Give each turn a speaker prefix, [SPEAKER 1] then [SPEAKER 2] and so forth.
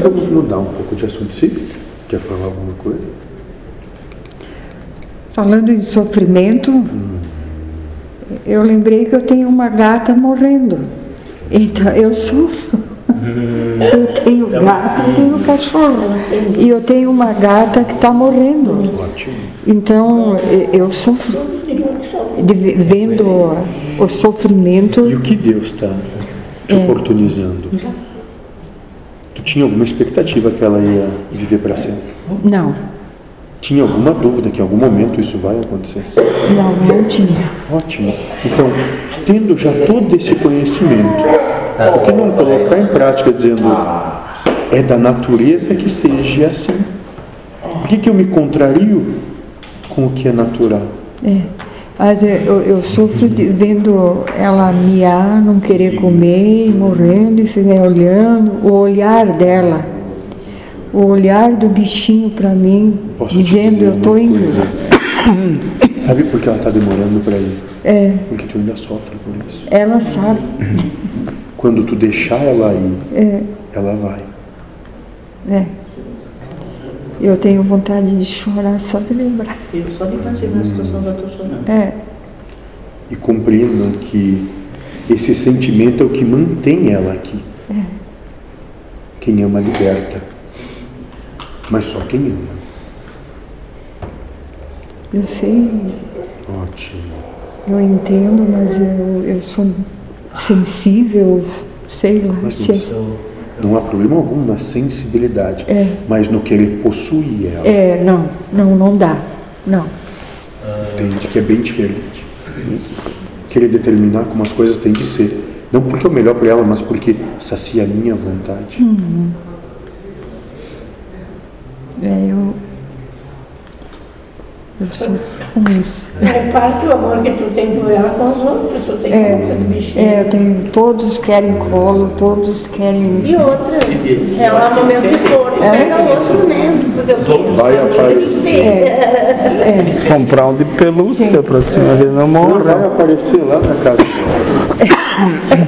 [SPEAKER 1] vamos mudar um pouco de assunto. Sim? Quer falar alguma coisa?
[SPEAKER 2] Falando em sofrimento, eu lembrei que eu tenho uma gata morrendo. Então eu sofro. Eu tenho gato, eu tenho cachorro. E eu tenho uma gata que está morrendo.
[SPEAKER 1] Ótimo.
[SPEAKER 2] Então e- eu sofro de- vendo o
[SPEAKER 1] E
[SPEAKER 2] sofrimento.
[SPEAKER 1] o que Deus está te oportunizando? Tu tinha alguma expectativa que ela ia viver para sempre?
[SPEAKER 2] Não,
[SPEAKER 1] Tinha alguma dúvida que em algum momento isso vai acontecer?
[SPEAKER 2] não, não tinha.
[SPEAKER 1] Ótimo. Então, tendo já todo esse conhecimento, por que não colocar em prática dizendo é da natureza que seja assim? Por que, que eu me contrario com o que é natural?
[SPEAKER 2] É. Mas eu- eu, eu sofro de, vendo ela miar, não querer comer, e morrendo e ficar olhando, o olhar dela, o olhar do bichinho para mim,
[SPEAKER 1] Posso te
[SPEAKER 2] dizendo eu
[SPEAKER 1] uma
[SPEAKER 2] estou indo.
[SPEAKER 1] coisa? Sabe por que ela está demorando para ir?
[SPEAKER 2] É,
[SPEAKER 1] Porque tu ainda sofre por isso.
[SPEAKER 2] ela sabe.
[SPEAKER 1] Quando tu deixar ela ir,
[SPEAKER 2] É,
[SPEAKER 1] ela vai.
[SPEAKER 2] é. Eu tenho vontade de chorar só de lembrar.
[SPEAKER 3] Eu só de imaginar a situação já estou chorando.
[SPEAKER 2] É,
[SPEAKER 1] e compreendam que esse sentimento é o que mantém ela aqui.
[SPEAKER 2] É.
[SPEAKER 1] Quem ama liberta, mas só quem ama.
[SPEAKER 2] eu sei,
[SPEAKER 1] Ótimo.
[SPEAKER 2] eu entendo, mas eu, eu sou sensível, sei lá.
[SPEAKER 1] Mas
[SPEAKER 2] Se
[SPEAKER 1] não
[SPEAKER 2] é,
[SPEAKER 1] Não há problema algum na sensibilidade,
[SPEAKER 2] É.
[SPEAKER 1] mas no querer possuir ela.
[SPEAKER 2] é, não, não, não dá. Não.
[SPEAKER 1] Entende que é bem diferente. Querer determinar como as coisas têm de ser. Não porque é o melhor para ela, mas porque sacia a minha vontade.
[SPEAKER 2] É, eu. Eu sofro com isso.
[SPEAKER 3] Reparte É um o amor que tu tem por ela com os outros, tu tem
[SPEAKER 2] É,
[SPEAKER 3] com outros bichinhos.
[SPEAKER 2] É, eu tenho. Todos querem colo, todos querem.
[SPEAKER 3] E outra, é lá no momento que for,
[SPEAKER 2] É.
[SPEAKER 3] tu pega outro, né? Fazer o quê?
[SPEAKER 1] Vai
[SPEAKER 3] Sim.
[SPEAKER 1] aparecer.
[SPEAKER 2] é,
[SPEAKER 4] Comprar um de pelúcia pra cima dele
[SPEAKER 1] Não
[SPEAKER 4] não morrer.
[SPEAKER 1] vai aparecer lá na casa dela.